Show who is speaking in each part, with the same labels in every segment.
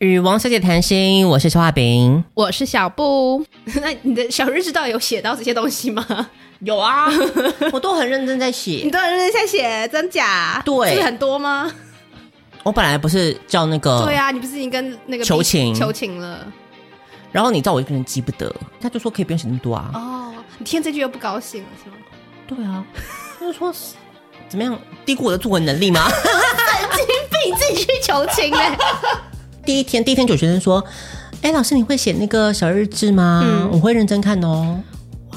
Speaker 1: 与王小姐谈心，我是邱画饼。
Speaker 2: 我是小布。 那你的小日志到底有写到这些东西吗？
Speaker 1: 有啊， 我都很认真在
Speaker 2: 你
Speaker 1: 写。
Speaker 2: 都有认真在写，真假？
Speaker 1: 对
Speaker 2: 是很多吗？
Speaker 1: 我本来不是叫那个，
Speaker 2: 对啊，你不是已经跟那
Speaker 1: 嗯
Speaker 2: 个
Speaker 1: 求情
Speaker 2: 求情了？
Speaker 1: 然后你知道我一个人记不得，他就说可以不用写那么多啊。
Speaker 2: 哦，你听这句又不高兴了是吗？
Speaker 1: 对啊，他就说怎么样低估我的作文能力 吗？
Speaker 2: 你自己去求情嘞、
Speaker 1: 第一天，第一天就有学生说：“哎，老师，你会写那个小日志吗？
Speaker 2: 嗯
Speaker 1: 我会认真看哦。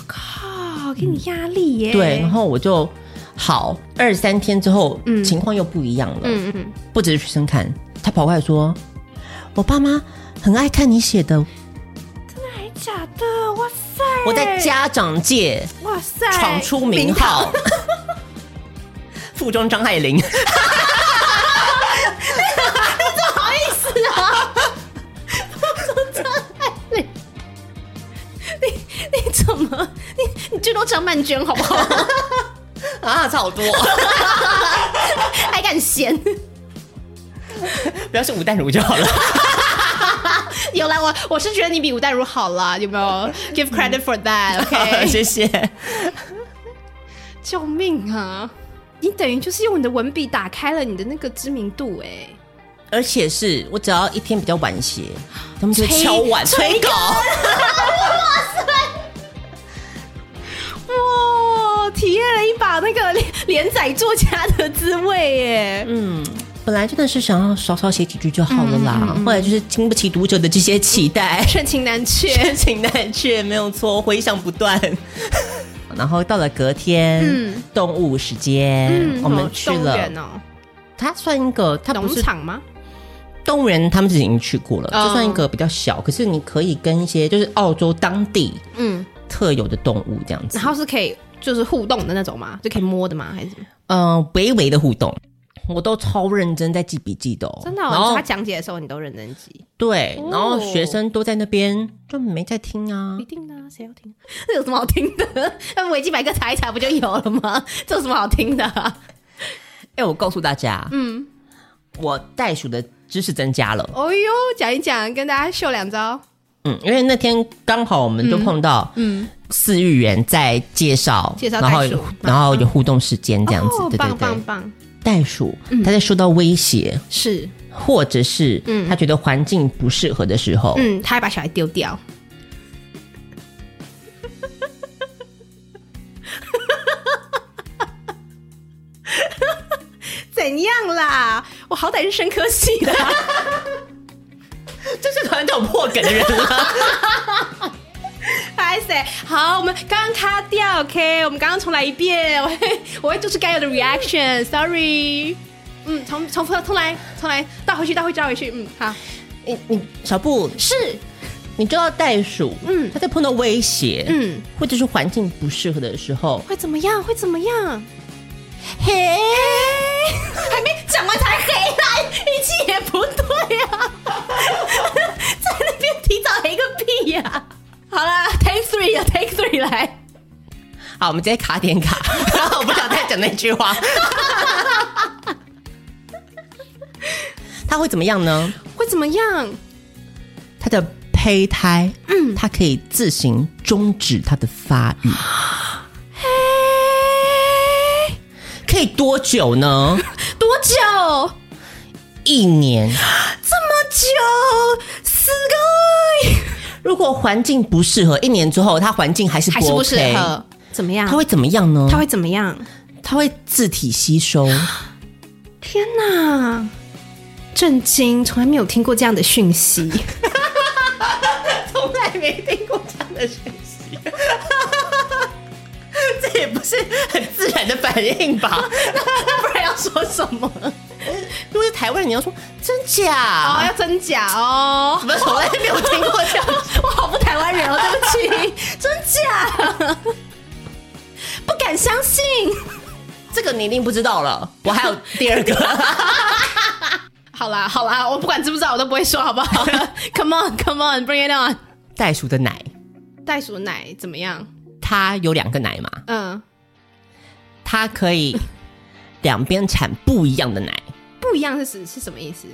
Speaker 2: 靠，给你压力耶。
Speaker 1: 对，然后我就好。二三天之后，
Speaker 2: 嗯
Speaker 1: 情况又不一样了。
Speaker 2: 嗯嗯嗯，
Speaker 1: 不只是学生看，他跑过来说：“我爸妈很爱看你写的。
Speaker 2: 还假的，哇塞，”
Speaker 1: 我在家长界
Speaker 2: 哇塞，
Speaker 1: 闯出哎名号， 附中张爱玲。
Speaker 2: 你怎么？你你最多张曼娟好不好？
Speaker 1: 啊，差好多，
Speaker 2: 还敢嫌？
Speaker 1: 不要是吴淡如就好了。
Speaker 2: 有啦，我我是觉得你比吴淡如好啦，有 没有？Give credit for that，OK？、
Speaker 1: 啊谢谢。
Speaker 2: 救命啊！你等于就是用你的文笔打开了你的那个知名度哎、
Speaker 1: 而且是我只要一天比较晚些，他们就会
Speaker 2: 催
Speaker 1: 敲碗催稿。
Speaker 2: 哇，体验了一把那个连连载作家的滋味耶！
Speaker 1: 嗯，本来真的是想要少少写几句就好了啦，后来就是经不起读者的这些期 待，
Speaker 2: 盛情难却。
Speaker 1: 深情难却，没有错，回响不断。 然后到了隔天，
Speaker 2: 嗯
Speaker 1: 动物时间，嗯我们去
Speaker 2: 动物
Speaker 1: 了。
Speaker 2: 园嗯哦，
Speaker 1: 它算一个，它不
Speaker 2: 农
Speaker 1: 是
Speaker 2: 场吗？
Speaker 1: 动物园，他们自己已经去过了，
Speaker 2: 哦
Speaker 1: 就算一个比较小，可是你可以跟一些就是澳洲当地
Speaker 2: 嗯，
Speaker 1: 特有的动物这样子
Speaker 2: 然，后是可以就是互动的那种吗？就可以摸的吗？还是什么
Speaker 1: 嗯、呃，微微的互动。我都超认真在记笔记的哦，
Speaker 2: 真的、
Speaker 1: 然
Speaker 2: 哦？
Speaker 1: 后
Speaker 2: 他讲解的时候你都认真记，
Speaker 1: 对，然后
Speaker 2: 哦
Speaker 1: 学生都在那边就没在听啊
Speaker 2: 一，定的、啊，谁要听？这 有什么好听的？那维基百科查一查不就有了吗？ 这有什么好听的、啊？
Speaker 1: 哎、我告诉大家，嗯，我袋鼠的知识增加了，
Speaker 2: 哦呦，讲一讲，跟大家秀两招。
Speaker 1: 嗯，因为那天刚好我们就碰到，嗯，饲育员在介绍，
Speaker 2: 介绍
Speaker 1: 然后
Speaker 2: 袋鼠
Speaker 1: 然后有互动时间这样子，
Speaker 2: 哦、
Speaker 1: 对对
Speaker 2: 棒棒嗯
Speaker 1: 对，
Speaker 2: 棒，
Speaker 1: 袋鼠它在受到威胁，
Speaker 2: 是，
Speaker 1: 或者是它觉得环境不适合的时候，
Speaker 2: 嗯，他还把小孩丢掉， 怎样啦？我好歹是生科系的，
Speaker 1: 这是个很懂破梗的人了。
Speaker 2: 拍谁？好，我们刚刚卡掉，OK，我们刚刚重来一遍， 我会我会做出该有的 reaction，sorry。嗯，重重复重来，重来，倒回去，倒回去，倒回去。嗯，好，
Speaker 1: 你你小布，
Speaker 2: 是，
Speaker 1: 你知道袋鼠，嗯
Speaker 2: 嗯，
Speaker 1: 它在碰到威胁，嗯，
Speaker 2: 嗯，
Speaker 1: 或者是环境不适合的时候，
Speaker 2: 会怎么样？会怎么样？嘿，还没讲完才黑啦，语气也不对啊， 在那边提早黑个屁呀、好啦 t a k e three 啊，Take three 来，
Speaker 1: 好，我们直接卡点卡， 然后我不想再讲那句 话。它会怎么样呢？
Speaker 2: 会怎么样？
Speaker 1: 它的胚胎，嗯，它可以自行终止它的发育。可以多久 呢？
Speaker 2: 多久？
Speaker 1: 一年。
Speaker 2: 这么久？四个月
Speaker 1: 如果环境不适合，一年之后它环境还是
Speaker 2: 还
Speaker 1: 不嗯
Speaker 2: 是
Speaker 1: OK，
Speaker 2: 不适合？怎么样？
Speaker 1: 它会怎么样呢？
Speaker 2: 他会怎么样？
Speaker 1: 它会自体吸收。
Speaker 2: 天哪！震惊，从来没有听过这样的讯息。
Speaker 1: 从来没听过这样的学 习，这也不是很自然的反应吧？
Speaker 2: 不然要说什么？
Speaker 1: 如果是台湾人，你要说真
Speaker 2: 哦，
Speaker 1: 假，
Speaker 2: 要真假哦
Speaker 1: 怎。么从来没有听过这样？
Speaker 2: 我好不台湾人哦，对不起，真假， 不敢相信。
Speaker 1: 这个你一定不知道了。我还有第二 个，
Speaker 2: 好啦好啦，我不管知不知道，我都不会说，好不好 ？Come on Come on Bring it on。
Speaker 1: 袋鼠的奶，
Speaker 2: 袋鼠奶怎么样？
Speaker 1: 它有两个奶嘛，
Speaker 2: 嗯，
Speaker 1: 它可以两边产不一样的奶，
Speaker 2: 不一样是什是什么意思？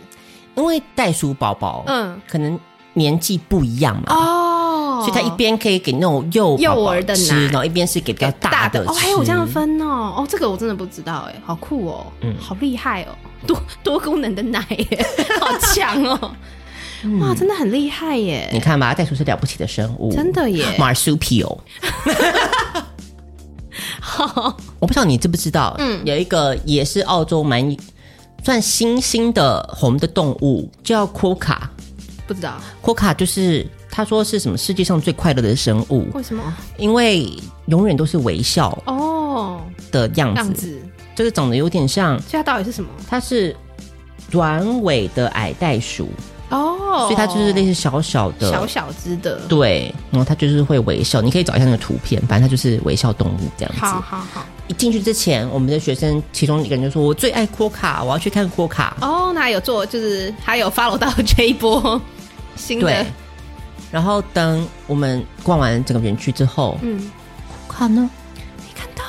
Speaker 1: 因为袋鼠宝宝，
Speaker 2: 嗯
Speaker 1: 嗯，可能年纪不一样嘛，
Speaker 2: 哦
Speaker 1: 所以它一边可以给那种幼宝宝
Speaker 2: 幼儿的奶
Speaker 1: 吃，然后一边是给比较大的
Speaker 2: 哦，还有
Speaker 1: 吃
Speaker 2: 这样分哦，哦，这个我真的不知道哎，好酷哦，好厉害哦，多多功能的奶 耶，好强哦，哇，真的很厉害耶，
Speaker 1: 你看吧，袋鼠是了不起的生物，
Speaker 2: 真的耶
Speaker 1: marsupial。我
Speaker 2: 嗯
Speaker 1: 不知道你知不知道，嗯，有一个也是澳洲蛮算新兴的红的动物，叫 quokka。
Speaker 2: 不知道
Speaker 1: quokka 就是他说是什么世界上最快乐的生物，
Speaker 2: 为什么
Speaker 1: 因为永远都是微笑
Speaker 2: 哦，
Speaker 1: 的样子，
Speaker 2: 样子，
Speaker 1: 就是长得有点像，
Speaker 2: 所以它到底是什么？
Speaker 1: 它是短尾的矮袋鼠，
Speaker 2: 哦，
Speaker 1: 所以它就是类似小小的，
Speaker 2: 小小只的，
Speaker 1: 对，然后它就是会微笑，你可以找一下那个图片，反正它就是微笑动物这样
Speaker 2: 好
Speaker 1: 子。
Speaker 2: 好好，
Speaker 1: 一进去之前，我们的学生其中一个人就说：“我最爱阔卡，我要去看阔卡。
Speaker 2: 哦，那有做就是还有 follow 到这一波 新的
Speaker 1: 对，然后等我们逛完整个园区之后，
Speaker 2: 嗯，
Speaker 1: 阔卡呢？
Speaker 2: 没看到，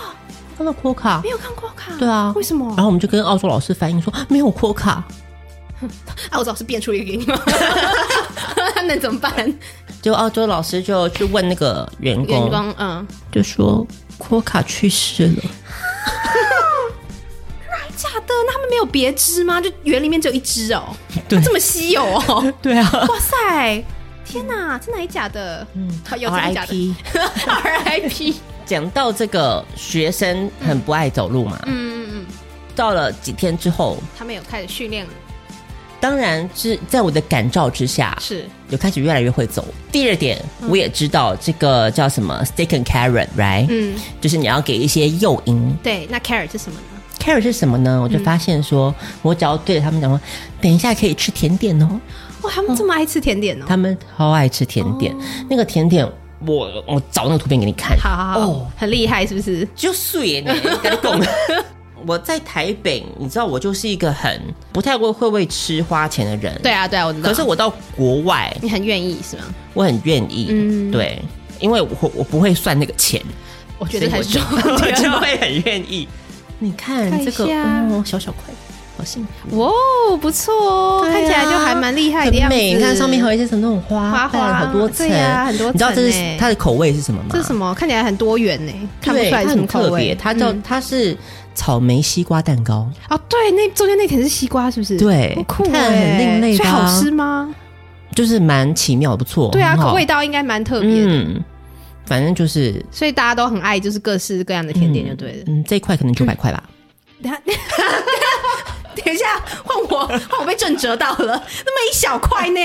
Speaker 1: 看到阔卡
Speaker 2: 没，有看过卡，
Speaker 1: 对啊
Speaker 2: 哎为什么
Speaker 1: 然？后我们就跟澳洲老师反映说没有阔卡，
Speaker 2: 啊，我老师变出一个给 你吗？那能怎么办？
Speaker 1: 结果澳洲老师就去问那个员
Speaker 2: 员
Speaker 1: 工，
Speaker 2: 工，嗯，
Speaker 1: 就说阔卡去世了。
Speaker 2: 假的？那他们没有别只吗？就园里面只有一只哦，
Speaker 1: 对
Speaker 2: 这么稀 有哦！
Speaker 1: 对啊
Speaker 2: 哇塞，天哪，真的还假的？嗯，有真的假的
Speaker 1: ，RIP。
Speaker 2: ？RIP，
Speaker 1: 讲到这个学生很不爱走路嘛，
Speaker 2: 嗯嗯嗯，
Speaker 1: 到了几天之后，
Speaker 2: 他们有开始训练了，
Speaker 1: 当然是在我的感召之下，
Speaker 2: 是
Speaker 1: 有开始越来越会走。第二点，我也知道这个叫什么 stick and carrot，right？
Speaker 2: 嗯，
Speaker 1: 就是你要给一些诱因。
Speaker 2: 对。那 carrot 是什么呢？
Speaker 1: carrot 是什么
Speaker 2: 嗯
Speaker 1: 呢？我就发现说，我只要对着他们讲说，等一下可以吃甜点哦，
Speaker 2: 哇，他们这么爱吃甜点哦！
Speaker 1: 他们超爱吃甜
Speaker 2: 哦
Speaker 1: 点。那个甜点，我我找那个图片给你看。
Speaker 2: 好好好，很厉害是不是？
Speaker 1: 就碎呢，跟你 讲。我在台北，你知道我就是一个很不太会会为吃花钱的人，
Speaker 2: 对。啊，对啊，我知道。
Speaker 1: 可是我到国外，
Speaker 2: 你很愿意是吗？
Speaker 1: 我很愿意，
Speaker 2: 嗯
Speaker 1: 对，因为我我不会算那个钱，
Speaker 2: 我觉得才是
Speaker 1: 所以我 就我
Speaker 2: 啊
Speaker 1: 就会很愿意。你看
Speaker 2: 看一
Speaker 1: 这个，
Speaker 2: 下
Speaker 1: 哦，小小块，好幸福。
Speaker 2: 哇，不错哦，
Speaker 1: 对啊
Speaker 2: 看起来就还蛮厉害的
Speaker 1: 很
Speaker 2: 样子。
Speaker 1: 美，你看上面还有一些什么那种花
Speaker 2: 花
Speaker 1: 瓣
Speaker 2: 花
Speaker 1: 好多层，
Speaker 2: 对啊很多
Speaker 1: 你知道这
Speaker 2: 层
Speaker 1: 是
Speaker 2: 欸
Speaker 1: 它的口味是什么吗？
Speaker 2: 这是什么？看起来很多元呢，看不
Speaker 1: 对
Speaker 2: 出来
Speaker 1: 它
Speaker 2: 是什么
Speaker 1: 很
Speaker 2: 口
Speaker 1: 特
Speaker 2: 味
Speaker 1: 别，。它叫
Speaker 2: 嗯
Speaker 1: 它是草莓西瓜蛋糕。
Speaker 2: 哦，对，那中间那层是西瓜，是不是？
Speaker 1: 对
Speaker 2: 好酷
Speaker 1: 看
Speaker 2: 欸
Speaker 1: 很另类
Speaker 2: 所以
Speaker 1: 吧
Speaker 2: 好吃吗？
Speaker 1: 就是蛮奇妙，不错。
Speaker 2: 对啊，
Speaker 1: 很好
Speaker 2: 味道应该蛮特别的，
Speaker 1: 嗯，反正就是
Speaker 2: 所以大家都很爱，就是各式各样的甜点就对了。
Speaker 1: 嗯，这一块可能九百块吧。
Speaker 2: 嗯等一下 等一下，换我，换我被震折到了，那么一小块呢，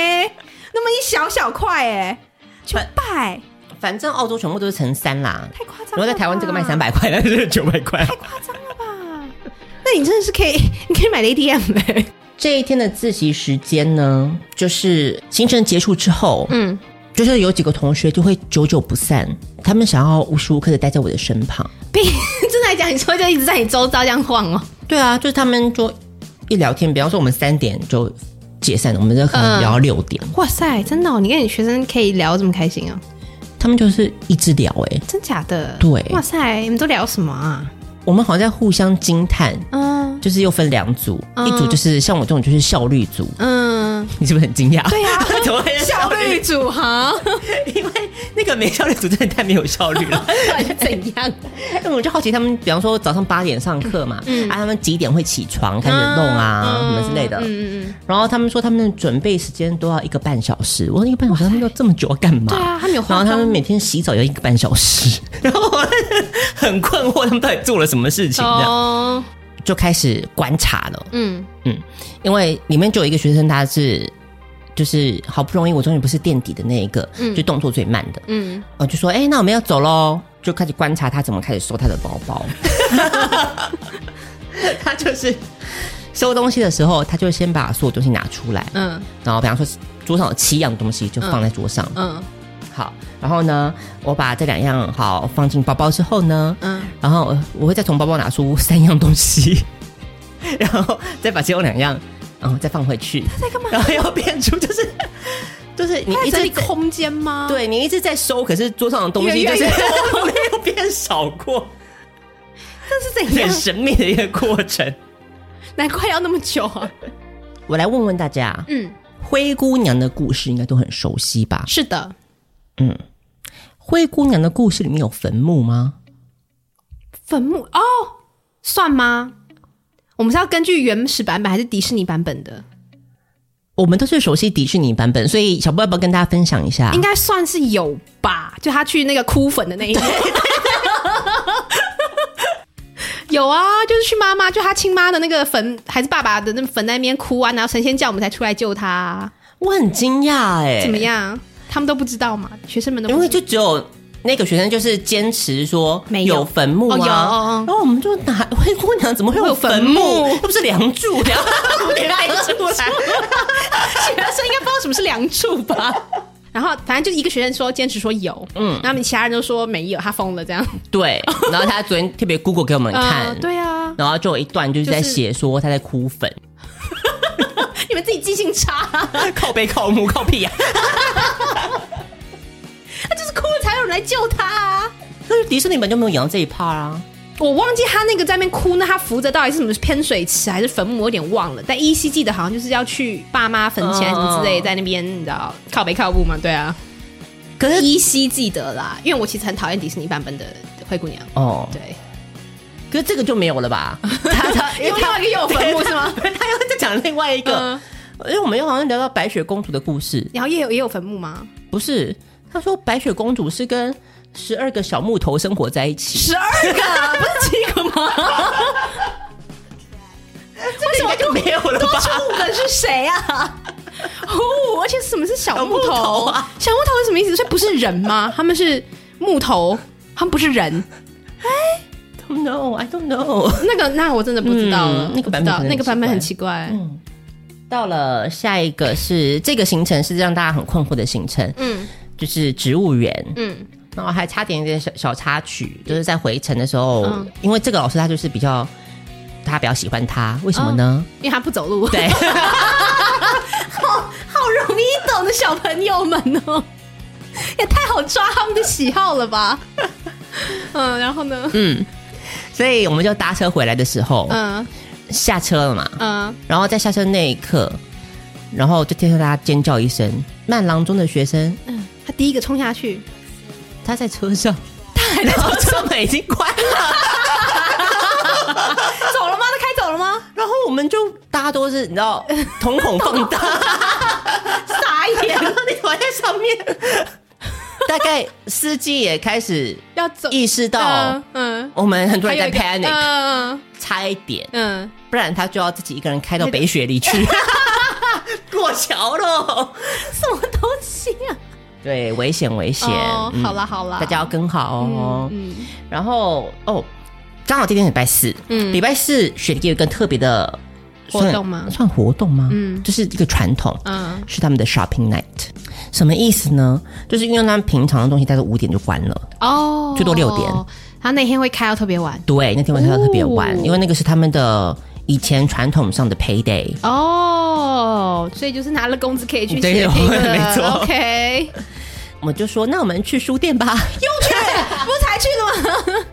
Speaker 2: 那么一小小块，哎，九百，
Speaker 1: 反正澳洲全部都是乘三啦，
Speaker 2: 太夸张了吧。
Speaker 1: 然后在台湾这个卖三百块，那就是九百 块。
Speaker 2: 吧？那你真的是可以，你可以买 ATM 哎、
Speaker 1: 这一天的自习时间呢，就是行程结束之后，
Speaker 2: 嗯，
Speaker 1: 就是有几个同学就会久久不散，他们想要无时无刻的待在我的身旁。
Speaker 2: 比真的来讲，你说就一直在你周遭这样晃哦。
Speaker 1: 对啊，就是他们就一聊天，比方说我们三点就解散了，我们就可
Speaker 2: 嗯
Speaker 1: 能聊到六点，
Speaker 2: 哇塞，真的、哦，你跟你学生可以聊这么开心哦，
Speaker 1: 他们就是一直聊、欸，
Speaker 2: 真假的？
Speaker 1: 对
Speaker 2: 哇塞，你们都聊什么啊？
Speaker 1: 我们好像在互相惊叹，
Speaker 2: 嗯
Speaker 1: 就是又分两组，
Speaker 2: 嗯
Speaker 1: 一组就是像我这种就是效率组，
Speaker 2: 嗯，
Speaker 1: 你是不是很惊讶？
Speaker 2: 对啊
Speaker 1: 怎么会是
Speaker 2: 效率组哈，
Speaker 1: 因为那个没效率组真的太没有效率 了。
Speaker 2: 到底是怎 样？
Speaker 1: 那我就好奇他们，比方说早上八点上课嘛，啊，他们几点会起床开始弄啊，什么之类的。
Speaker 2: 嗯嗯嗯嗯，
Speaker 1: 然后他们说他们的准备时间都要一个半小时，我说一个半小时他们要这么久要干嘛？
Speaker 2: 对啊他们有化
Speaker 1: 然后他
Speaker 2: 妆
Speaker 1: 们每天洗澡要一个半小时， 然后我很困惑他们到底做了什么事情这样
Speaker 2: 哦，
Speaker 1: 就开始观察了。
Speaker 2: 嗯，
Speaker 1: 嗯，因为里面就有一个学生，他是就是好不容易，我终于不是垫底的那一个，就动作最慢的，
Speaker 2: 嗯
Speaker 1: 嗯，我就说，哎、那我们要走喽，就开始观 察他怎么开始收他的包包，他就是收东西的时候，他就先把所有东西拿出来，
Speaker 2: 嗯
Speaker 1: 然后比方说桌上有七样东西就放在桌上，
Speaker 2: 嗯
Speaker 1: 好，然后呢，我把这两样好放进包包之后呢，
Speaker 2: 嗯，
Speaker 1: 然后呃我会再从包包拿出三样东西， 然后再把其中两样，然后再放回去，
Speaker 2: 在 干嘛？
Speaker 1: 然后又变出就是就是你
Speaker 2: 在
Speaker 1: 一
Speaker 2: 整
Speaker 1: 直
Speaker 2: 理
Speaker 1: 在
Speaker 2: 空间吗？，
Speaker 1: 对你一直在收，可是桌上的东西
Speaker 2: 越
Speaker 1: 就
Speaker 2: 来
Speaker 1: 是
Speaker 2: 越
Speaker 1: 没有变少过，
Speaker 2: 这是怎样
Speaker 1: 很？神秘的一个过程。
Speaker 2: 难怪要那么久啊！
Speaker 1: 我来问问大家，啊
Speaker 2: 嗯，
Speaker 1: 灰姑娘的故事应该都很熟悉吧？
Speaker 2: 是的，
Speaker 1: 灰姑娘的故事里面有坟墓吗？
Speaker 2: 坟墓哦，算吗？我们是要根据原始版本还是迪士尼版本的？
Speaker 1: 我们都是熟悉迪士尼版本，所以小布要不要跟大家分享一下？
Speaker 2: 应该算是有吧，就他去那个哭坟的那一幕。 有啊，就是去妈妈，就他亲妈的那个坟，还是爸爸的那坟那边哭啊，然后神仙叫我们才出来救他啊、
Speaker 1: 我很惊讶哎，
Speaker 2: 怎么？样？他们都不知道嘛，学生们都
Speaker 1: 因
Speaker 2: 不
Speaker 1: 为
Speaker 2: 知道。
Speaker 1: 就只有那个学生就是坚持说
Speaker 2: 没有
Speaker 1: 坟墓啊，
Speaker 2: 哦有哦哦
Speaker 1: 然后我们就哪灰姑娘怎么会有坟
Speaker 2: 会有
Speaker 1: 墓
Speaker 2: 坟墓？
Speaker 1: 又不是梁祝，梁祝 也没出来。
Speaker 2: 学生应该不知道什么是梁祝吧？ 然后反正就一个学生说坚持说有，嗯，然后他们其他人都说没有，他疯了这样。
Speaker 1: 对，然后他昨天特别 Google 给我们看，
Speaker 2: 呃，对啊，
Speaker 1: 然后就有一段就是在
Speaker 2: 就是
Speaker 1: 写说他在哭坟，
Speaker 2: 你们自己记性差、
Speaker 1: 靠背靠木靠屁呀、啊，
Speaker 2: 他就是哭了才有人来救他啊！
Speaker 1: 那迪士尼本就没有演到这一 part 啊。
Speaker 2: 我忘记他那个在那边哭，那他扶着到底是什么偏水池还是坟墓，我有点忘了。但依稀记得好像就是要去爸妈坟前什么之类，
Speaker 1: 嗯
Speaker 2: 在那边你知道靠北靠步嘛？对啊，
Speaker 1: 可是
Speaker 2: 依稀记得啦，因为我其实很讨厌迪士尼版本的灰姑娘。
Speaker 1: 哦，
Speaker 2: 对，
Speaker 1: 可是这个就没有了吧？他他
Speaker 2: 因为另外一个又有坟墓是吗？
Speaker 1: 他又在讲另外一个
Speaker 2: 嗯，
Speaker 1: 因为我们又好像聊到白雪公主的故事，
Speaker 2: 然后也有也有坟墓吗？
Speaker 1: 不是？他说白雪公主是跟十二个小木头生活在一起，
Speaker 2: 十二
Speaker 1: 啊
Speaker 2: 个不是七个吗？
Speaker 1: 为什么就没有了吧？
Speaker 2: 五个是谁啊？哦，而且什么是小木
Speaker 1: 小木头
Speaker 2: 头
Speaker 1: 啊？
Speaker 2: 小木头是什么意思？所以不是人吗？他们是木头，他们不是人。
Speaker 1: Don't know, I don't know。
Speaker 2: 那个那我真的不知道了，
Speaker 1: 嗯那个版本
Speaker 2: 不知道
Speaker 1: 很
Speaker 2: 那个版本很
Speaker 1: 奇嗯
Speaker 2: 奇怪。
Speaker 1: 到了下一个是这个行程是让大家很困惑的行程，
Speaker 2: 嗯
Speaker 1: 就是植物园。
Speaker 2: 嗯
Speaker 1: 然后还差点一点小小插曲，就是在回程的时候，因为这个老师他就是比较，大家比较喜欢他，为什么呢？
Speaker 2: 因为他不走路，
Speaker 1: 对，
Speaker 2: 好容易懂的小朋友们哦，也太好抓他们的喜好了吧？嗯，然后呢？嗯
Speaker 1: 所以我们就搭车回来的时候，
Speaker 2: 嗯
Speaker 1: 下车了嘛，
Speaker 2: 嗯
Speaker 1: 然后在下车那一刻，然后就听到大家尖叫一声，慢郎中的学生
Speaker 2: 嗯，他第一个冲下去，
Speaker 1: 他在车上， 他还在车上，门已经关了，
Speaker 2: 走了吗？他开走了吗？
Speaker 1: 然后我们就大家都是你知 道瞳孔放大。
Speaker 2: 傻眼，
Speaker 1: 你躲在上面。大概司机也开始
Speaker 2: 要走
Speaker 1: 意识到
Speaker 2: 嗯，嗯，
Speaker 1: 我们很多人在
Speaker 2: 还有一个
Speaker 1: panic，
Speaker 2: 嗯
Speaker 1: 差一点，
Speaker 2: 嗯
Speaker 1: 不然他就要自己一个人开到 北雪里去，过桥喽。
Speaker 2: 嗯，什么东西啊？
Speaker 1: 对，危险危险。
Speaker 2: 哦，
Speaker 1: 嗯
Speaker 2: 好啦，好啦，
Speaker 1: 大家要跟好哦。
Speaker 2: 嗯
Speaker 1: 然后哦，刚好今天礼拜四，
Speaker 2: 嗯
Speaker 1: 礼拜四雪梨有一个特别的
Speaker 2: 活
Speaker 1: 算
Speaker 2: 动吗
Speaker 1: 算活动吗？
Speaker 2: 嗯
Speaker 1: 就是一个传统。
Speaker 2: 嗯
Speaker 1: 是他们的 shopping night，什么意思呢？就是因为他们平常的东西大概五点就关了，
Speaker 2: 哦，
Speaker 1: 最多六点，
Speaker 2: 他那天会开到特别晚
Speaker 1: 对，那天晚上要特别晚，
Speaker 2: 哦
Speaker 1: 因为那个是他们的以前传统上的 pay day。
Speaker 2: 哦，所以就是拿了工资可以去
Speaker 1: 对
Speaker 2: 写那个，
Speaker 1: 没错
Speaker 2: OK，
Speaker 1: 我就说，那我们去书店吧，
Speaker 2: 又去，不是才去的吗？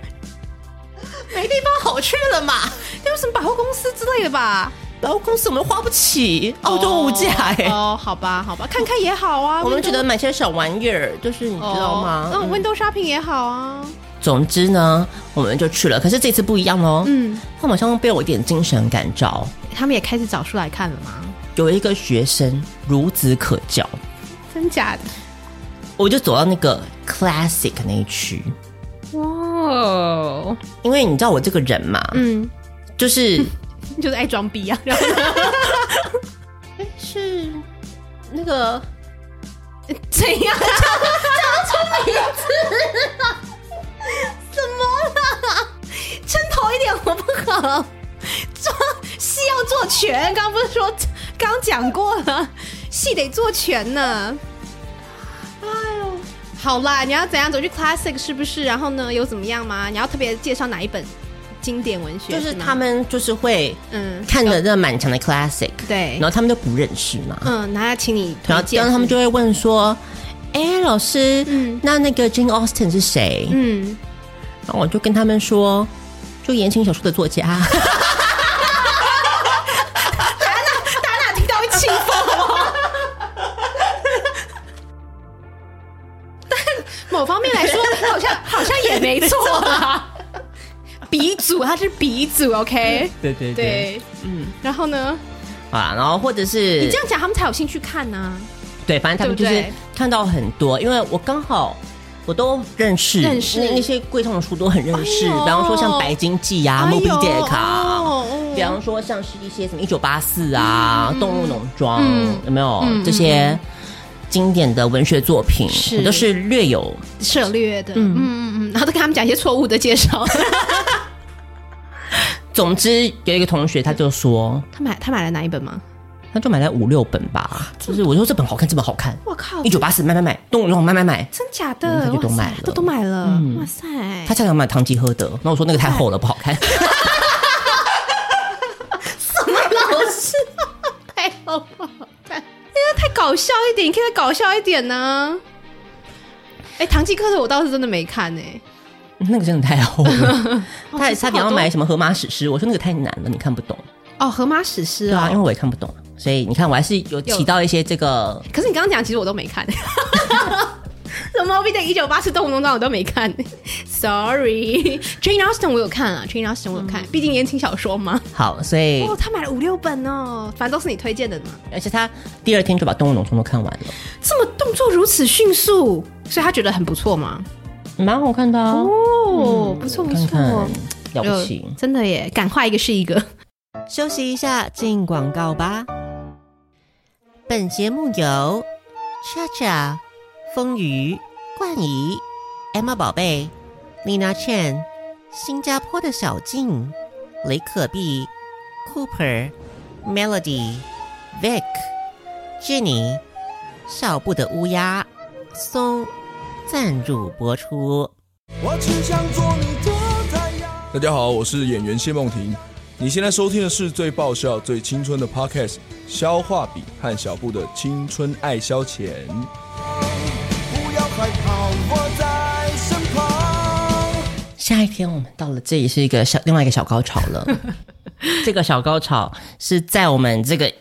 Speaker 2: 没地方好去了嘛，有什么百货公司之类的吧？
Speaker 1: 然后公司我们花不起，澳洲物价哎、
Speaker 2: 哦，好吧，好吧，看看也好啊。
Speaker 1: 我们觉得
Speaker 2: window-
Speaker 1: 买些小玩意儿，就是你知道吗？
Speaker 2: 哦嗯，window shopping 也好啊。
Speaker 1: 总之呢，我们就去了。可是这次不一样哦，
Speaker 2: 嗯，
Speaker 1: 他们好像被我一点精神感召。
Speaker 2: 他们也开始找书来看了吗？
Speaker 1: 有一个学生孺子可教，
Speaker 2: 真假
Speaker 1: 我就走到那个 classic 那一区，
Speaker 2: 的？哇哦，
Speaker 1: 因为你知道我这个人嘛，
Speaker 2: 嗯，
Speaker 1: 就是
Speaker 2: 就是爱装逼啊。然 后呢
Speaker 1: 是那个
Speaker 2: 怎样？啊叫叫出名字啊？什么啦？撑头一点好不好？装嘻要做全，刚不是说刚讲过了，戏得做全呢。哎呦，好啦，你要怎样走去 classic 是不是？然后呢，有怎么样吗？你要特别介绍哪一本经典文学？
Speaker 1: 就是
Speaker 2: 吗
Speaker 1: 他，们就是会
Speaker 2: 嗯，
Speaker 1: 看着这满墙的 classic，
Speaker 2: 对
Speaker 1: 然后他们就不认识嘛，
Speaker 2: 嗯，那请你
Speaker 1: 然
Speaker 2: 推
Speaker 1: 后
Speaker 2: 荐，
Speaker 1: 然后他们就会问说：“哎，老师，
Speaker 2: 嗯
Speaker 1: 那那个 Jane Austen 是谁？”
Speaker 2: 嗯，
Speaker 1: 然后我就跟他们说，就言情小说的作家。
Speaker 2: 大家哪听到会气疯好不好？但某方面来说，好像好像也没错啊。鼻祖，他是鼻祖，OK，
Speaker 1: 对对，
Speaker 2: 对，嗯。然后呢，
Speaker 1: 啊，然后或者是
Speaker 2: 你这样讲，他们才有兴趣看呢、
Speaker 1: 对，反正他们就
Speaker 2: 对
Speaker 1: 是
Speaker 2: 不对
Speaker 1: 看到很多，因为我刚好。我都认识，
Speaker 2: 认识
Speaker 1: 那那些贵重的书都很认识，
Speaker 2: 哎呦
Speaker 1: 比方说像《白金记》啊，
Speaker 2: 哎
Speaker 1: 莫
Speaker 2: 呦
Speaker 1: 比迪卡》
Speaker 2: 哦哦
Speaker 1: 比方说像是一些什么《一九八四》啊，
Speaker 2: 嗯
Speaker 1: 动物农庄》有没有、这些经典的文学作品？
Speaker 2: 是
Speaker 1: 我都是略有
Speaker 2: 涉略的，嗯嗯嗯，然后都跟他们讲一些错误的介绍。
Speaker 1: 总之，有一个同学他就说，
Speaker 2: 他买他买了哪一本吗？
Speaker 1: 他就买了五六本吧，就是我说这本好看，这本好看，
Speaker 2: 我靠
Speaker 1: 一九八四买买买，动物农场买买买。
Speaker 2: 真假
Speaker 1: 嗯
Speaker 2: 的？
Speaker 1: 他就都
Speaker 2: 哇塞
Speaker 1: 买了
Speaker 2: 都都买了，哇塞！
Speaker 1: 他常常买唐吉诃德，那我说那个太厚了，不好看。
Speaker 2: 老师太好不好看？因为太搞笑一点，你可以再搞笑一点呢、哎，《唐吉诃德》我倒是真的没看哎、
Speaker 1: 那个真的太厚 了。他他
Speaker 2: 好多
Speaker 1: 想要买什么河马史诗，我说那个太难了，你看不懂。
Speaker 2: 哦，《荷马史诗》
Speaker 1: 对啊，因为
Speaker 2: 哦。
Speaker 1: 我也看不懂，所以你看我还是有提到一些这个。
Speaker 2: 可是你刚刚讲，其实我都没看。 什么《Moby 的一九八四》《动物农庄》我都没看，Sorry。Jane Austen 我有看啊，Jane Austen 我有看，毕竟言情小说嘛。
Speaker 1: 好，所以
Speaker 2: 哦，他买了五六本哦，反正都是你推荐的嘛。
Speaker 1: 而且他第二天就把《动物农场》都看完了，
Speaker 2: 这么动作如此迅速，所以他觉得很不错嘛。
Speaker 1: 蛮好看的啊。
Speaker 2: 哦，不错不
Speaker 1: 看
Speaker 2: 错，
Speaker 1: 看了不起
Speaker 2: 就，真的耶，赶快一个是一个。
Speaker 1: 休息一下，进广告吧。本节目由恰恰、风鱼、冠仪、Emma 宝贝、Lina Chen、新加坡的小静、雷可碧、Cooper、Melody、Vic、Jenny、少布的乌鸦、松赞助播出。
Speaker 3: 我只想做你的太阳。大家好，我是演员谢梦婷。你现在收听的是最爆笑、最青春的 podcast《消化饼》和小布的青春爱消遣。不要害怕，我在身旁。
Speaker 1: 下一天我们到了，这也是一个小另外一个小高潮了。 这个小高潮是在我们这个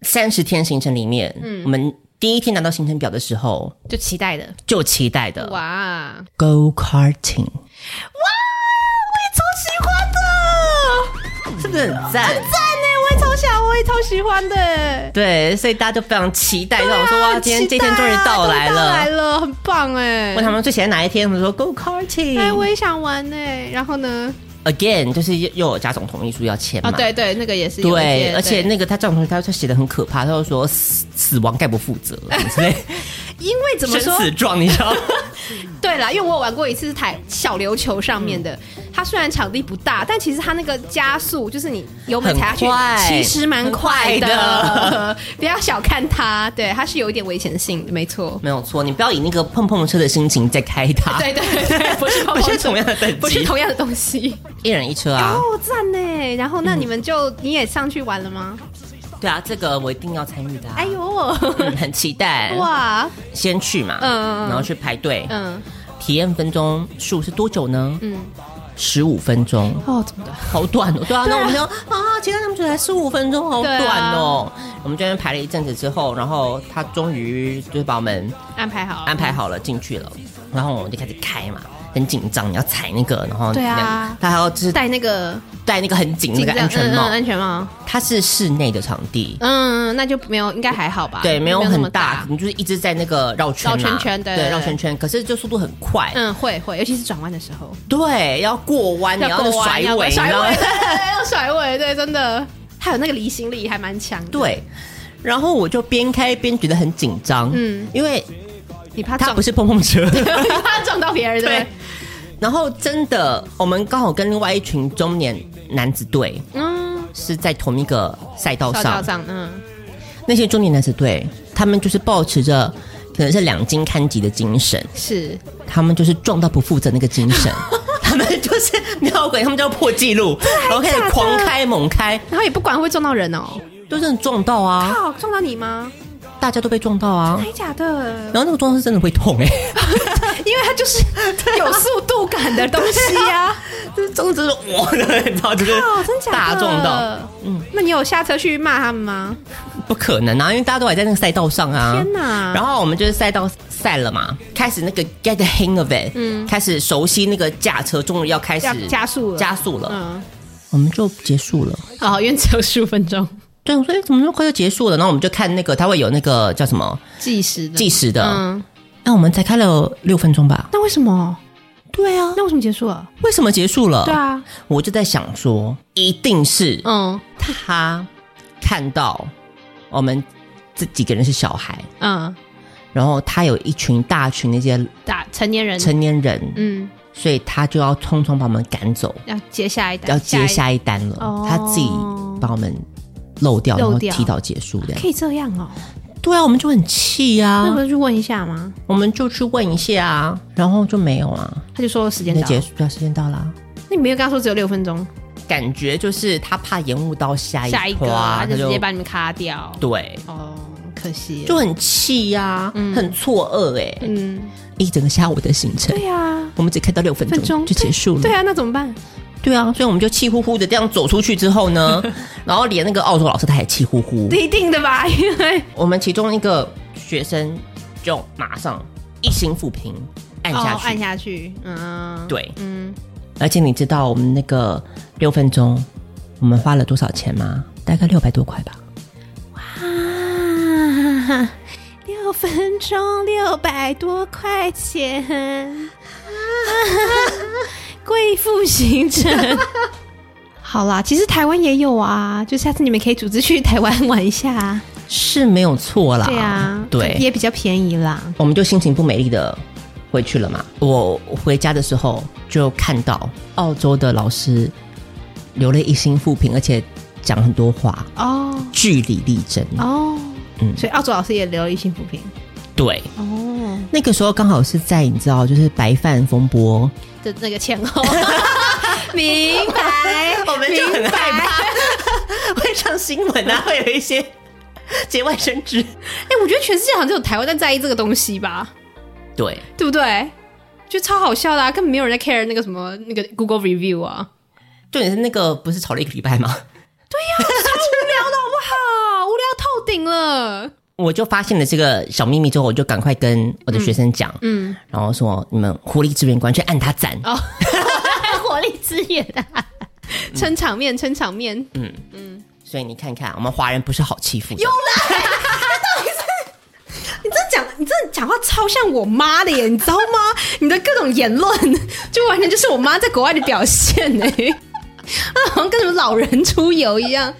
Speaker 1: 三十天行程里面，
Speaker 2: 嗯
Speaker 1: 我们第一天拿到行程表的时候
Speaker 2: 就期待的。
Speaker 1: 就期待的
Speaker 2: 哇，我
Speaker 1: go karting，
Speaker 2: 也超喜欢的，
Speaker 1: 是不是很赞？
Speaker 2: 赞呢！我也超想，我也超喜欢的。
Speaker 1: 对，所以大家就非常期待，让我说哇，
Speaker 2: 很
Speaker 1: 今天
Speaker 2: 期
Speaker 1: 这天
Speaker 2: 待
Speaker 1: 终于
Speaker 2: 啊
Speaker 1: 到来
Speaker 2: 终于到来
Speaker 1: 了。
Speaker 2: 了，很棒哎
Speaker 1: 问！他们最喜欢哪一天，他们说 go karting。
Speaker 2: 哎，我也想玩哎。然后呢？
Speaker 1: again 就是又又有家长同意书要签嘛。
Speaker 2: 啊，对对，那个也是有一
Speaker 1: 对，
Speaker 2: 些
Speaker 1: 而且
Speaker 2: 对
Speaker 1: 那个他家长同意他他写的很可怕，他就说死死亡概不负责之类，
Speaker 2: 因为怎么
Speaker 1: 生
Speaker 2: 说？
Speaker 1: 死状，你知道吗？
Speaker 2: 对啦，因为我有玩过一次是台小琉球上面的，
Speaker 1: 嗯
Speaker 2: 它虽然场地不大，但其实它那个加速就是你油门踩下去
Speaker 1: 很快，
Speaker 2: 其实蛮快的，
Speaker 1: 很快
Speaker 2: 不要小看它，对，它是有一点危险性的，没错。
Speaker 1: 没有错，你不要以那个碰碰车的心情 在开它，
Speaker 2: 对对对，不是
Speaker 1: 不是同样的等级，
Speaker 2: 不是同样的东西。
Speaker 1: 一人一车啊，
Speaker 2: 哦，赞呢！然后那你们就、你也上去玩了吗？
Speaker 1: 对啊，这个我一定要参与的、啊，
Speaker 2: 哎呦，
Speaker 1: 嗯，很期待哇，
Speaker 2: 哇，
Speaker 1: 先去嘛，
Speaker 2: 嗯嗯
Speaker 1: 然后去排队，
Speaker 2: 嗯
Speaker 1: 体验分钟数是多久呢？
Speaker 2: 嗯，
Speaker 1: 十五分钟，
Speaker 2: 哦，怎么的？
Speaker 1: 好短哦，对啊，那我们就啊，期待他们觉得十五分钟好
Speaker 2: 对啊
Speaker 1: 短哦，我们这边排了一阵子之后，然后他终于就是把我们
Speaker 2: 安排好了，
Speaker 1: 安排好了进去了，然后我们就开始开嘛。很紧张，你要踩那个，然后
Speaker 2: 对啊
Speaker 1: 他还要就是
Speaker 2: 戴那个
Speaker 1: 戴那个很紧的那个
Speaker 2: 紧张
Speaker 1: 安全帽
Speaker 2: 嗯嗯，安全帽。
Speaker 1: 它是室内的场地，
Speaker 2: 嗯，那就没有，应该还好吧？
Speaker 1: 对，没有
Speaker 2: 那
Speaker 1: 很
Speaker 2: 么
Speaker 1: 大，你就是一直在那个绕圈嘛，
Speaker 2: 绕圈圈对对
Speaker 1: 对，
Speaker 2: 对
Speaker 1: 绕圈圈。可是就速度很快，
Speaker 2: 嗯，会会，尤其是转弯的时候，
Speaker 1: 对，嗯要过弯，你
Speaker 2: 要过
Speaker 1: 甩
Speaker 2: 弯，要
Speaker 1: 尾，
Speaker 2: 甩
Speaker 1: 然
Speaker 2: 尾，
Speaker 1: 后
Speaker 2: 对对对，要甩尾，对，真的。还有那个离心力还蛮强 的，
Speaker 1: 对。然后我就边开边觉得很紧张，嗯
Speaker 2: 嗯，
Speaker 1: 因为
Speaker 2: 你怕
Speaker 1: 它
Speaker 2: 撞，
Speaker 1: 不是碰碰车，
Speaker 2: 你怕撞到别人，对
Speaker 1: 对
Speaker 2: 不。
Speaker 1: 然后真的，我们刚好跟另外一群中年男子队，
Speaker 2: 对？嗯，
Speaker 1: 是在同一个赛道
Speaker 2: 小
Speaker 1: 上，
Speaker 2: 道上，嗯，
Speaker 1: 那些中年男子队，他们就是保持着可能是两金看级的精神，
Speaker 2: 是
Speaker 1: 他们就是撞到不负责那个精 神，他们就是尿鬼，他们就要破纪录，然后开始狂开猛开，
Speaker 2: 然后也不管会不会撞到人哦。
Speaker 1: 都真的撞到啊，
Speaker 2: 靠，撞到你吗？
Speaker 1: 大家都被撞到啊。
Speaker 2: 还 假的？
Speaker 1: 然后那个撞是真的会痛哎、
Speaker 2: 因为它就是
Speaker 1: 啊
Speaker 2: 有速度感的东西呀、啊。
Speaker 1: 就是撞 真的是哇的，你知道就是
Speaker 2: 哦，真假的？
Speaker 1: 啊大撞到，，
Speaker 2: 嗯。那你有下车去骂他们吗？
Speaker 1: 不可能啊，因为大家都还在那个赛道上啊。
Speaker 2: 天哪
Speaker 1: 然后我们就是赛道赛了嘛，开始那个 get the hang of it，嗯，开始熟悉那个驾车，终于要开始
Speaker 2: 要加速了
Speaker 1: 加速了，
Speaker 2: 嗯，
Speaker 1: 我们就结束了。
Speaker 2: 哦，因为只有十五分钟，
Speaker 1: 对，我说哎，怎么那么快就结束了？然后我们就看那个，它会有那个叫什么
Speaker 2: 计时的。
Speaker 1: 计时的。
Speaker 2: 嗯，
Speaker 1: 那、我们才开了六分钟吧？
Speaker 2: 那为什么？
Speaker 1: 对啊，
Speaker 2: 那为什么结束了？
Speaker 1: 为什么结束了？
Speaker 2: 对，啊，
Speaker 1: 我就在想说，一定是
Speaker 2: 嗯
Speaker 1: 他看到我们这几个人是小孩，
Speaker 2: 嗯，
Speaker 1: 然后他有一群大群那些
Speaker 2: 打成年人，
Speaker 1: 成年人，
Speaker 2: 嗯，
Speaker 1: 所以他就要匆匆把我们赶走，
Speaker 2: 要接下一单，
Speaker 1: 要接下一单了。
Speaker 2: 哦
Speaker 1: 他自己把我们漏掉，然后
Speaker 2: 漏掉
Speaker 1: 提早结束的
Speaker 2: 一。可以这样哦。
Speaker 1: 对啊，我们就很气
Speaker 2: 那
Speaker 1: 啊，
Speaker 2: 我就去问一下吗？
Speaker 1: 我们就去问一下啊，然后就没有啊，
Speaker 2: 他就说时间
Speaker 1: 那
Speaker 2: 到
Speaker 1: 结，束，对啊时间到啦。
Speaker 2: 那你没有跟他说只有六分钟，
Speaker 1: 感觉就是他怕延误到下一
Speaker 2: 下一个
Speaker 1: 啊
Speaker 2: 啊，他就直接把你们卡掉。
Speaker 1: 对，
Speaker 2: 哦，可惜了。
Speaker 1: 就很气呀、很错愕哎、
Speaker 2: 嗯，
Speaker 1: 一整个下午的行程。
Speaker 2: 对呀，
Speaker 1: 我们只开到六分
Speaker 2: 分
Speaker 1: 钟
Speaker 2: 钟
Speaker 1: 就结束了，
Speaker 2: 对啊，那怎么办？
Speaker 1: 对啊，所以我们就气呼呼的这样走出去之后 呢，然后连那个澳洲老师他也气呼呼，
Speaker 2: 一定的吧，因为
Speaker 1: 我们其中一个学生就马上一心复评按下
Speaker 2: 哦，
Speaker 1: 去，
Speaker 2: 按下去，嗯，，
Speaker 1: 对，
Speaker 2: 嗯，
Speaker 1: 而且你知道我们那个六分钟我们花了多少钱吗？大概六百多块吧。
Speaker 2: 啊，六分钟六百多块钱，贵妇行程。好啦，其实台湾也有啊，就下次你们可以组织去台湾玩一下啊。
Speaker 1: 是没有错啦，
Speaker 2: 对啊，
Speaker 1: 对，
Speaker 2: 也比较便宜啦。
Speaker 1: 我们就心情不美丽的回去了嘛。我回家的时候就看到澳洲的老师留了一心复评，而且讲很多话，
Speaker 2: 哦
Speaker 1: 据理力争。
Speaker 2: 哦，
Speaker 1: 嗯
Speaker 2: 所以澳洲老师也留了一星扶贫。
Speaker 1: 对，
Speaker 2: 哦，
Speaker 1: 那个时候刚好是在你知道，就是白饭风波，
Speaker 2: 的那个哦前后， 明白，
Speaker 1: 我们就很
Speaker 2: 明白
Speaker 1: 害 怕，会上新闻 啊，会有一些节外生枝。
Speaker 2: 哎、我觉得全世界好像只有台湾在在意这个东西吧，
Speaker 1: 对，
Speaker 2: 对不对？就超好笑的、啊，根本没有人在 care 那个什么那个 Google review 啊，
Speaker 1: 重点是那个不是吵了一个礼拜吗？
Speaker 2: 好无聊透顶了。
Speaker 1: 我就发现了这个小秘密之后，我就赶快跟我的学生讲，嗯，然后说你们狐狸支援官去按他赞，
Speaker 2: 哦， 火力支援啊，撑场面，撑场面，
Speaker 1: 所以你看看我们华人不是好欺负的，
Speaker 2: 你这讲，你这讲话超像我妈的耶，你知道吗？ 你的各种言论，就完全就是我妈在国外的表现呢。 她好像跟什么老人出游一样，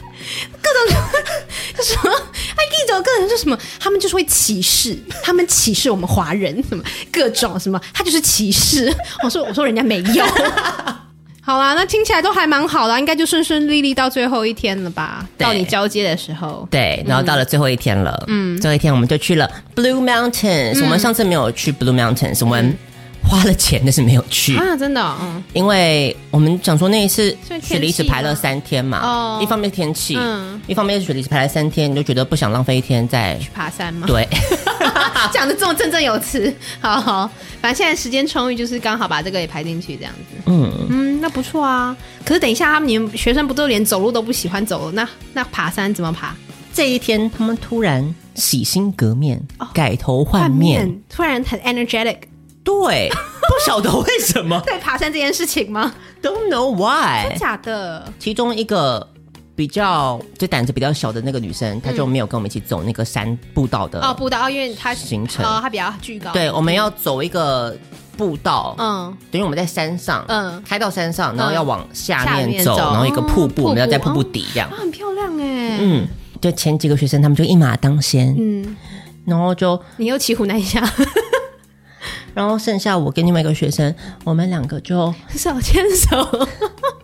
Speaker 2: 各种 就什么，还一种各种就什么，他们就是会歧视，他们歧视我们华人，什么各种什么，他就是歧视。我说我说人家没有。 好啦，那听起来都还蛮好啦，应该就顺顺利利到最后一天了吧？
Speaker 1: 对
Speaker 2: 到你交接的时候，
Speaker 1: 对，然后到了最后一天了，嗯，最后一天我们就去了 Blue Mountains，、我们上次没有去 Blue Mountains，我们花了钱但是没有去，
Speaker 2: 啊，真的哦、嗯。
Speaker 1: 因为我们想说那一次
Speaker 2: 所以天气
Speaker 1: 雪梨只排了三天嘛，
Speaker 2: 哦
Speaker 1: 一方面天气，
Speaker 2: 嗯
Speaker 1: 一方面雪梨只排了三天，你就觉得不想浪费一天 在
Speaker 2: 去爬山吗？
Speaker 1: 对
Speaker 2: 讲的这么振振有词， 好好，反正现在时间充裕，就是刚好把这个也排进去，这样子。嗯嗯，那不错啊。可是等一下，他们你们学生不都连走路都不喜欢走，那那爬山怎么爬？
Speaker 1: 这一天，他们突然洗心革面，
Speaker 2: 哦
Speaker 1: 改头换面，
Speaker 2: 突然很 energetic，
Speaker 1: 对， 不晓得为什么
Speaker 2: 对爬山这件事情吗？
Speaker 1: ，Don't know
Speaker 2: 真
Speaker 1: why。
Speaker 2: 假的？
Speaker 1: 其中一个比较就胆子比较小的那个女生，她就没有跟我们一起走那个山步道的
Speaker 2: 哦，步道，哦，因为它
Speaker 1: 呃行程。
Speaker 2: 哦，它比较巨高。
Speaker 1: 对，我们要走一个步道，
Speaker 2: 嗯，
Speaker 1: 等于我们在山上，
Speaker 2: 嗯
Speaker 1: 开到山上，然后要往下
Speaker 2: 下
Speaker 1: 面
Speaker 2: 面
Speaker 1: 走，
Speaker 2: 走
Speaker 1: 然后一个瀑布，
Speaker 2: 哦
Speaker 1: 我们要在
Speaker 2: 瀑
Speaker 1: 瀑
Speaker 2: 布
Speaker 1: 布底这样
Speaker 2: 它。啊很漂亮哎。
Speaker 1: 嗯，就前几个学生他们就一马当先，
Speaker 2: 嗯，
Speaker 1: 然后就
Speaker 2: 你又骑虎难下，
Speaker 1: 然后剩下我跟另外一个学生，我们两个就
Speaker 2: 手牵手，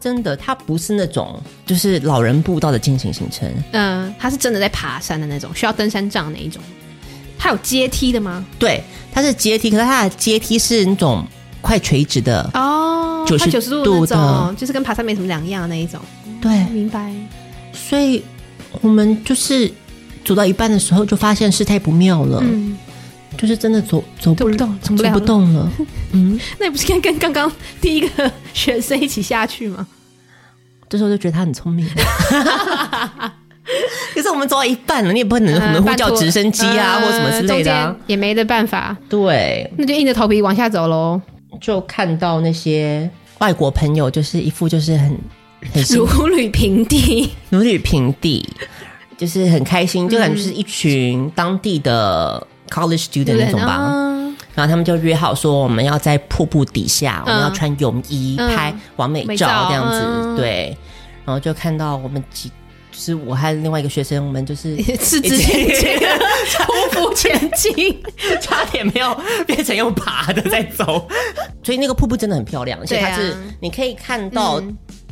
Speaker 1: 真的，它不是那种就是老人步道的健行行程，
Speaker 2: 嗯、他是真的在爬山的那种，需要登山杖那一种。它有阶梯的吗？
Speaker 1: 对，它是阶梯，可是它的阶梯是那种快垂直的，
Speaker 2: 哦，
Speaker 1: 90
Speaker 2: 它九十度
Speaker 1: 度
Speaker 2: 那
Speaker 1: 的
Speaker 2: 种哦，就是跟爬山没什么两样的那一种。
Speaker 1: 对，
Speaker 2: 明白。
Speaker 1: 所以我们就是走到一半的时候就发现事态不妙了，
Speaker 2: 嗯，
Speaker 1: 就是真的走走
Speaker 2: 走不动，走不
Speaker 1: 走
Speaker 2: 了
Speaker 1: 不
Speaker 2: 了。
Speaker 1: 动了，
Speaker 2: 那你不是跟跟刚刚第一个学生一起下去吗？
Speaker 1: 这时候就觉得他很聪 明。可是我们走到一半了，你也不可 能可能呼叫直升机啊，
Speaker 2: 呃
Speaker 1: 或什么之类的、啊
Speaker 2: 中。间也没得办法，
Speaker 1: 对，
Speaker 2: 那就硬着头皮往下走喽。
Speaker 1: 就看到那些外国朋友，就是一副就是很很辛
Speaker 2: 如履平地，
Speaker 1: 如履平地，就是很开
Speaker 2: 嗯
Speaker 1: 心，就感觉是一群当地的 college student 那种吧。
Speaker 2: 啊
Speaker 1: 然后他们就约好说，我们要在瀑布底下，我们要穿泳衣
Speaker 2: 嗯
Speaker 1: 拍完美
Speaker 2: 美
Speaker 1: 照
Speaker 2: 照
Speaker 1: 这样子。
Speaker 2: 嗯
Speaker 1: 对，然后就看到我们几，就是我和另外一个学生，我们就是
Speaker 2: 赤子前 进，匍 匐前进。
Speaker 1: 差点没有变成用爬的在走，所以那个瀑布真的很漂亮，而且它
Speaker 2: 对
Speaker 1: 是
Speaker 2: 啊
Speaker 1: 你可以看到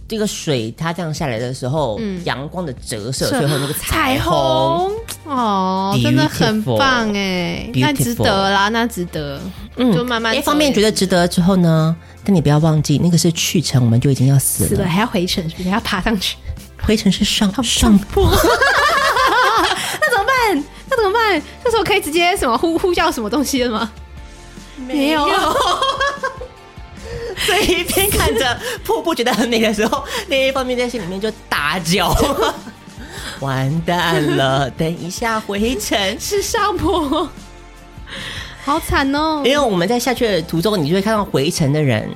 Speaker 1: 这个水它这样下来的时候，阳光的折射，最后那个嗯彩虹，
Speaker 2: 哦，真的很棒哎，
Speaker 1: Beautiful 嗯
Speaker 2: 那值得啦，那值得，就慢慢
Speaker 1: 一方面觉
Speaker 2: 得
Speaker 1: 得值得之后呢，但你不要忘记那个是去程，我们就已经要死了，
Speaker 2: 死了还要回程，是不是还要爬上去？
Speaker 1: 回程是上上坡，
Speaker 2: 那怎么办？那怎么办？这时候可以直接什么呼呼叫什么东西了吗？没有，
Speaker 1: 所以一边看着瀑布觉得很美的时候，另一方面在心里面就大叫。 完蛋了！等一下回程
Speaker 2: 是上坡，好惨哦
Speaker 1: 因！为我们在下去的途中，你就会看到回程的人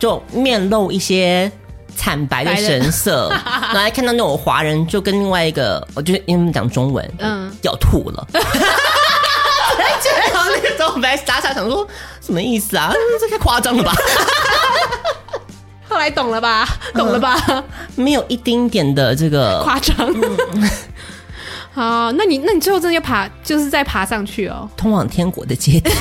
Speaker 1: 就面露一些惨白的神色， 然后还看到那种华人就跟另外一个，我就是因为他们讲中文，嗯
Speaker 2: 嗯，
Speaker 1: 要吐了。然后那个时候我们还傻傻想说什么意思啊？ 这太夸张了吧？
Speaker 2: 后来懂了吧？懂了吧？
Speaker 1: 没有一丁点的这个，
Speaker 2: 嗯 夸张。嗯 好，那你那你最后真的要爬，就是再爬上去哦。
Speaker 1: 通往天国的阶梯。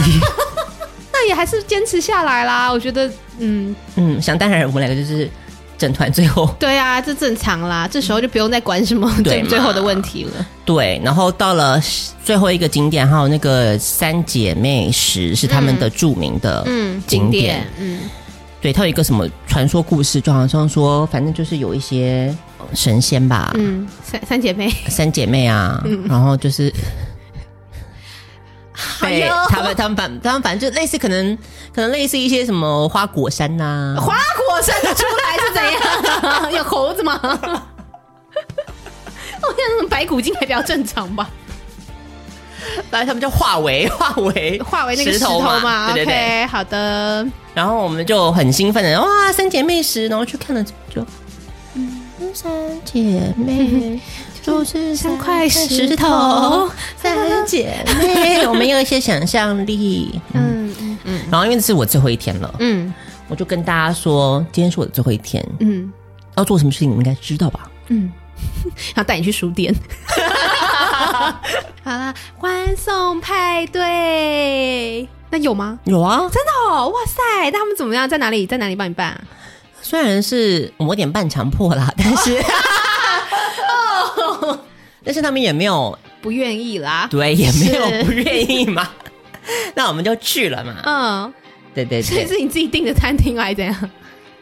Speaker 2: 那也还是坚持下来啦。我觉得，嗯，
Speaker 1: 嗯，想当然，我们两个就是整团最后
Speaker 2: 对啊，这正常啦。这时候就不用再管什么
Speaker 1: 对
Speaker 2: 最
Speaker 1: 嘛
Speaker 2: 最后的问题了。
Speaker 1: 对，然后到了最后一个景点，还有那个三姐妹石是他们的著名的
Speaker 2: 嗯，
Speaker 1: 呃景
Speaker 2: 景
Speaker 1: 点。
Speaker 2: 点，嗯，
Speaker 1: 对，它有一个什么传说故事，就好像说，反正就是有一些呃神仙吧，
Speaker 2: 嗯，三三姐妹，
Speaker 1: 三姐妹啊，然后就是被
Speaker 2: 哎呦
Speaker 1: 他们他们反他们反正就类似可能可能类似一些什么花果山呐、
Speaker 2: 花果山出来是怎样？ 有猴子吗？我想那种白骨精还比较正常吧，
Speaker 1: 反正他们就化为化为
Speaker 2: 化为那个石头嘛。
Speaker 1: 嘛，对对对。
Speaker 2: OK，好的，
Speaker 1: 然后我们就很兴奋的哇，三姐妹石，然后去看了就，嗯，三姐妹 就是
Speaker 2: 三块石
Speaker 1: 石
Speaker 2: 头
Speaker 1: 头，三姐 妹，我们有一些想象力。
Speaker 2: 嗯嗯
Speaker 1: 然后因为这是我最后一天了，
Speaker 2: 嗯
Speaker 1: 我就跟大家说，今天是我的最后一天，
Speaker 2: 嗯
Speaker 1: 要做什么事情你们应该知道吧？
Speaker 2: 嗯，然后带你去书店。 好啦，欢送派对，那有吗？
Speaker 1: 有啊，
Speaker 2: 真的哦，哇塞！那他们怎么样？在哪里？在哪里帮你办、啊？
Speaker 1: 虽然是我有点半强迫啦，但是， 但是他们也没有
Speaker 2: 不愿意啦。
Speaker 1: 对，也没有
Speaker 2: 是
Speaker 1: 不愿意嘛。 那我们就去了嘛。
Speaker 2: 嗯，
Speaker 1: 对对
Speaker 2: 所以
Speaker 1: 对，
Speaker 2: 是你自己订的餐厅还是怎样？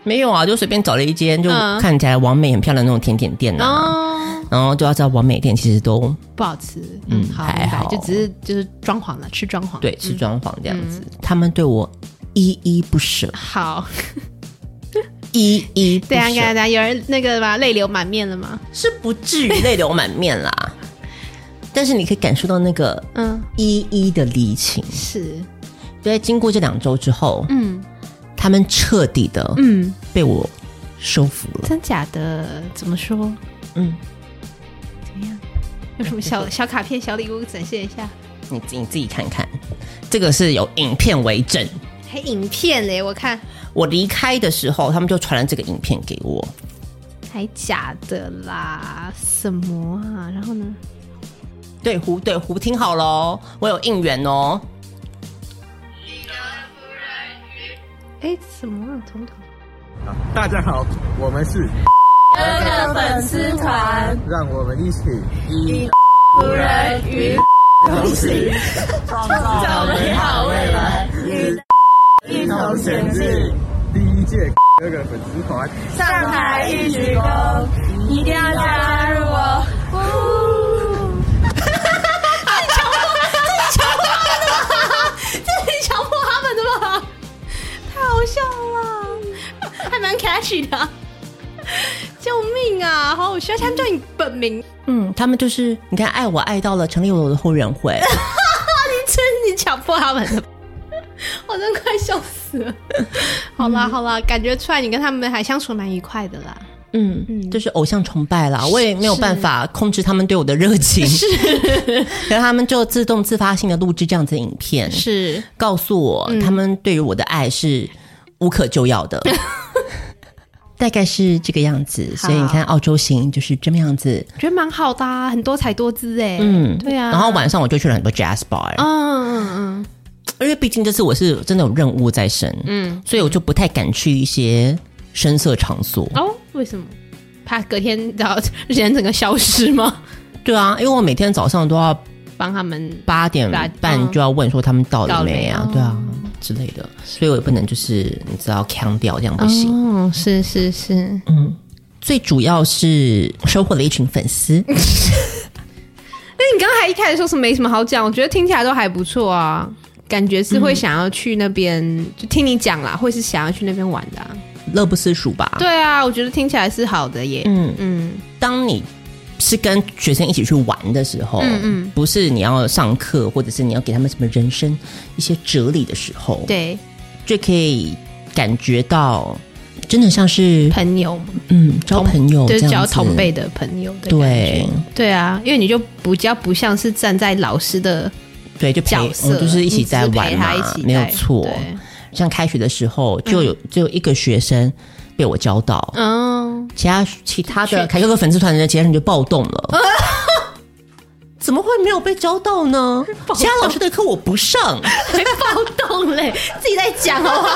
Speaker 1: 没有啊，就随便找了一间就
Speaker 2: 嗯
Speaker 1: 看起来完美、很漂亮的那种甜点店啊。
Speaker 2: 哦，
Speaker 1: 然后就要知道，完美店其实都
Speaker 2: 不好吃。
Speaker 1: 嗯
Speaker 2: 嗯，好，
Speaker 1: 还
Speaker 2: 明白
Speaker 1: 好
Speaker 2: 就只是就是装潢了，吃装潢。
Speaker 1: 对吃装潢这样
Speaker 2: 嗯
Speaker 1: 子。他们对我依依不舍，
Speaker 2: 好，
Speaker 1: 依依不
Speaker 2: 对啊，大
Speaker 1: 舍，
Speaker 2: 家有人那个吧，泪流满面了吗？
Speaker 1: 是不至于泪流满面啦。 但是你可以感受到那个
Speaker 2: 嗯，
Speaker 1: 依依的离情。
Speaker 2: 是，
Speaker 1: 对，经过这两周之后，
Speaker 2: 嗯
Speaker 1: 他们彻底的
Speaker 2: 嗯，
Speaker 1: 被我收服了。
Speaker 2: 真假的？怎么说？
Speaker 1: 嗯，
Speaker 2: 有什么小小卡片、小礼物展现一下？
Speaker 1: 嗯你自你自己看看，这个是有影片为证。
Speaker 2: 还影片嘞，我看
Speaker 1: 我离开的时候，他们就传了这个影片给我。
Speaker 2: 还假的啦，什么啊？然后呢？
Speaker 1: 对胡对胡听好喽，我有应援哦。
Speaker 2: 哎，什么啊？总统？
Speaker 4: 大家好，我们是
Speaker 2: 哥哥粉丝团，
Speaker 4: 让我们一起一
Speaker 2: 不人与
Speaker 4: 同行，
Speaker 2: 创造美好未来，
Speaker 4: 一同前进。第一届哥哥粉丝团，
Speaker 2: 上台一鞠躬，一定要加入哦！这是强迫他们的吧？ 太好笑了， 还蛮 catchy 的啊。救命啊！好好笑，他们叫你本名，
Speaker 1: 嗯，他们就是你看，爱我爱到了成立我的后援会，
Speaker 2: 真你强迫他们的， 我真快笑死了。好啦好啦，感觉出来你跟他们还相处蛮愉快的啦。
Speaker 1: 嗯，就是偶像崇拜啦。我也没有办法控制他们对我的热情， 是，可是他们就自动自发性的录制这样子的影片，
Speaker 2: 是，
Speaker 1: 告诉我、他们对于我的爱是无可救药 的。大概是这个样子，所以你看澳洲行就是这么样子，
Speaker 2: 我觉得蛮好的、啊，很多才多姿哎、
Speaker 1: 嗯，
Speaker 2: 对啊。
Speaker 1: 然后，晚上我就去了很多 jazz bar，、
Speaker 2: 嗯嗯嗯
Speaker 1: 因为毕竟这次我是真的有任务在身，嗯，所以我就不太敢去一些深色场所。
Speaker 2: 嗯，哦，为什么？怕隔天然后人整个消失吗？
Speaker 1: 对啊，因为我每天早上都要
Speaker 2: 帮他们
Speaker 1: 八点半就要问说他们到了没啊，对啊之类的，所以我也不能就是你知道腔调这样不行。
Speaker 2: 哦，是是是，
Speaker 1: 最主要是收获了一群粉丝，
Speaker 2: 那你刚才一开始说是没什么好讲，我觉得听起来都还不错啊，感觉是会想要去那边，就听你讲啦，会是想要去那边玩的、啊。
Speaker 1: 乐不思蜀吧？
Speaker 2: 对啊，我觉得听起来是好的耶。
Speaker 1: 嗯，
Speaker 2: 嗯，
Speaker 1: 当你是跟学生一起去玩的时候，
Speaker 2: 嗯嗯
Speaker 1: 不是你要上课，或者是你要给他们什么人生一些哲理的时候，，
Speaker 2: 对，
Speaker 1: 就可以感觉到真的像是
Speaker 2: 朋友嘛，
Speaker 1: 嗯交朋友
Speaker 2: 就
Speaker 1: 这
Speaker 2: 是交
Speaker 1: 样子，
Speaker 2: 同辈的朋友的感觉。
Speaker 1: 对
Speaker 2: 对啊，因为你就比较不像是站在老师的
Speaker 1: 对，就陪
Speaker 2: 角
Speaker 1: 我
Speaker 2: 色，
Speaker 1: 们哦就是一起
Speaker 2: 你只
Speaker 1: 在玩
Speaker 2: 陪
Speaker 1: 嘛
Speaker 2: 他一起，
Speaker 1: 没有
Speaker 2: 在
Speaker 1: 错。
Speaker 2: 对
Speaker 1: 像开学的时候，就有就有一个学生被我教到，
Speaker 2: 嗯，
Speaker 1: 其他其他的凯哥哥粉丝团的其他人就暴动了。 怎么会没有被教到 呢？其他老师的课我不上，
Speaker 2: 还暴动嘞，自己在讲哦好不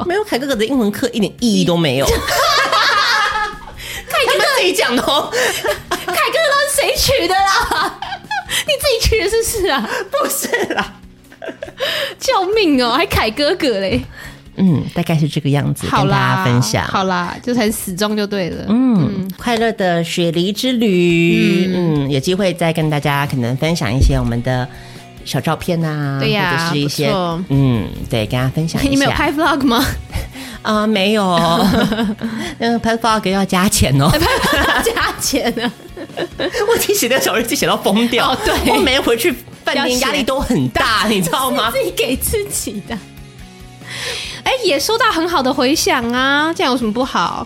Speaker 2: 好？
Speaker 1: 没有凯哥哥的英文课一点意义都没 有。凯哥哥自己讲的哦，
Speaker 2: 凯哥都是谁取的啦？ 你自己取的是不是啊？
Speaker 1: 不是啦。
Speaker 2: 救命哦，还凯哥哥嘞！
Speaker 1: 嗯，大概是这个样子，
Speaker 2: 好
Speaker 1: 跟大
Speaker 2: 啦，
Speaker 1: 家分享。
Speaker 2: 好啦，就是很始终就对了。
Speaker 1: 嗯，快乐的雪梨之旅，嗯，有机会再跟大家可能分享一些我们的小照片啊，
Speaker 2: 对呀
Speaker 1: 或者是一些
Speaker 2: 不错
Speaker 1: 嗯，对，跟大家分享一下。
Speaker 2: 你们有拍 vlog 吗？
Speaker 1: 啊、没有， 那个拍 vlog 要加钱哦。
Speaker 2: 加钱 啊！
Speaker 1: 我已经写那小日记写到疯掉，
Speaker 2: 哦对
Speaker 1: 我每天回去饭
Speaker 2: 要
Speaker 1: 店
Speaker 2: 写
Speaker 1: 压力都很 大，你知道吗
Speaker 2: 自？己给自己的。哎、也收到很好的回响啊，这样有什么不好？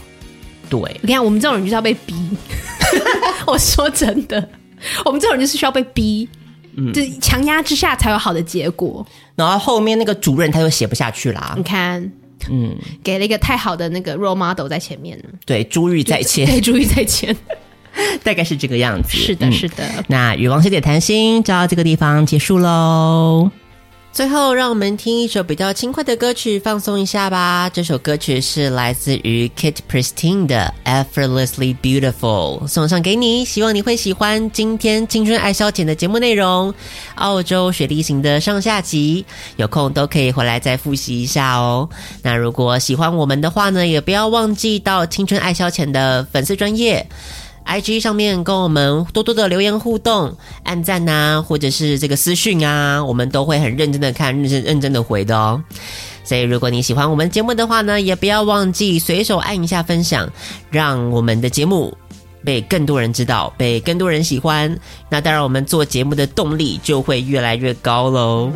Speaker 1: 对，
Speaker 2: 你看，我们这种人就是要被 逼。我说真的，我们这种人就是需要被逼，
Speaker 1: 嗯
Speaker 2: 就是强压之下才有好的结果。
Speaker 1: 然后后面那个主任他又写不下去啊啦
Speaker 2: 你，看，
Speaker 1: 嗯，
Speaker 2: 给了一个太好的那个 role model 在前面了，
Speaker 1: 对，珠玉在前，
Speaker 2: 对，注意在前。
Speaker 1: 大概是这个样子。
Speaker 2: 是的，
Speaker 1: 嗯
Speaker 2: 是的。
Speaker 1: 那与王小姐谈心就到这个地方结束喽。最后，让我们听一首比较轻快的歌曲放松一下吧。这首歌曲是来自于 Kit Pristine 的《Effortlessly Beautiful》，送上给你，希望你会喜欢今天青春爱消遣的节目内容。澳洲雪梨行的上下集，有空都可以回来再复习一下哦。那如果喜欢我们的话呢，也不要忘记到青春爱消遣的粉丝专业。IG 上面跟我们多多的留言互动、按赞呐、或者是这个私讯啊，我们都会很认真的看、认真认真的回的哦。所以，如果你喜欢我们节目的话呢，也不要忘记随手按一下分享，让我们的节目被更多人知道，被更多人喜欢。那当然，我们做节目的动力就会越来越高喽。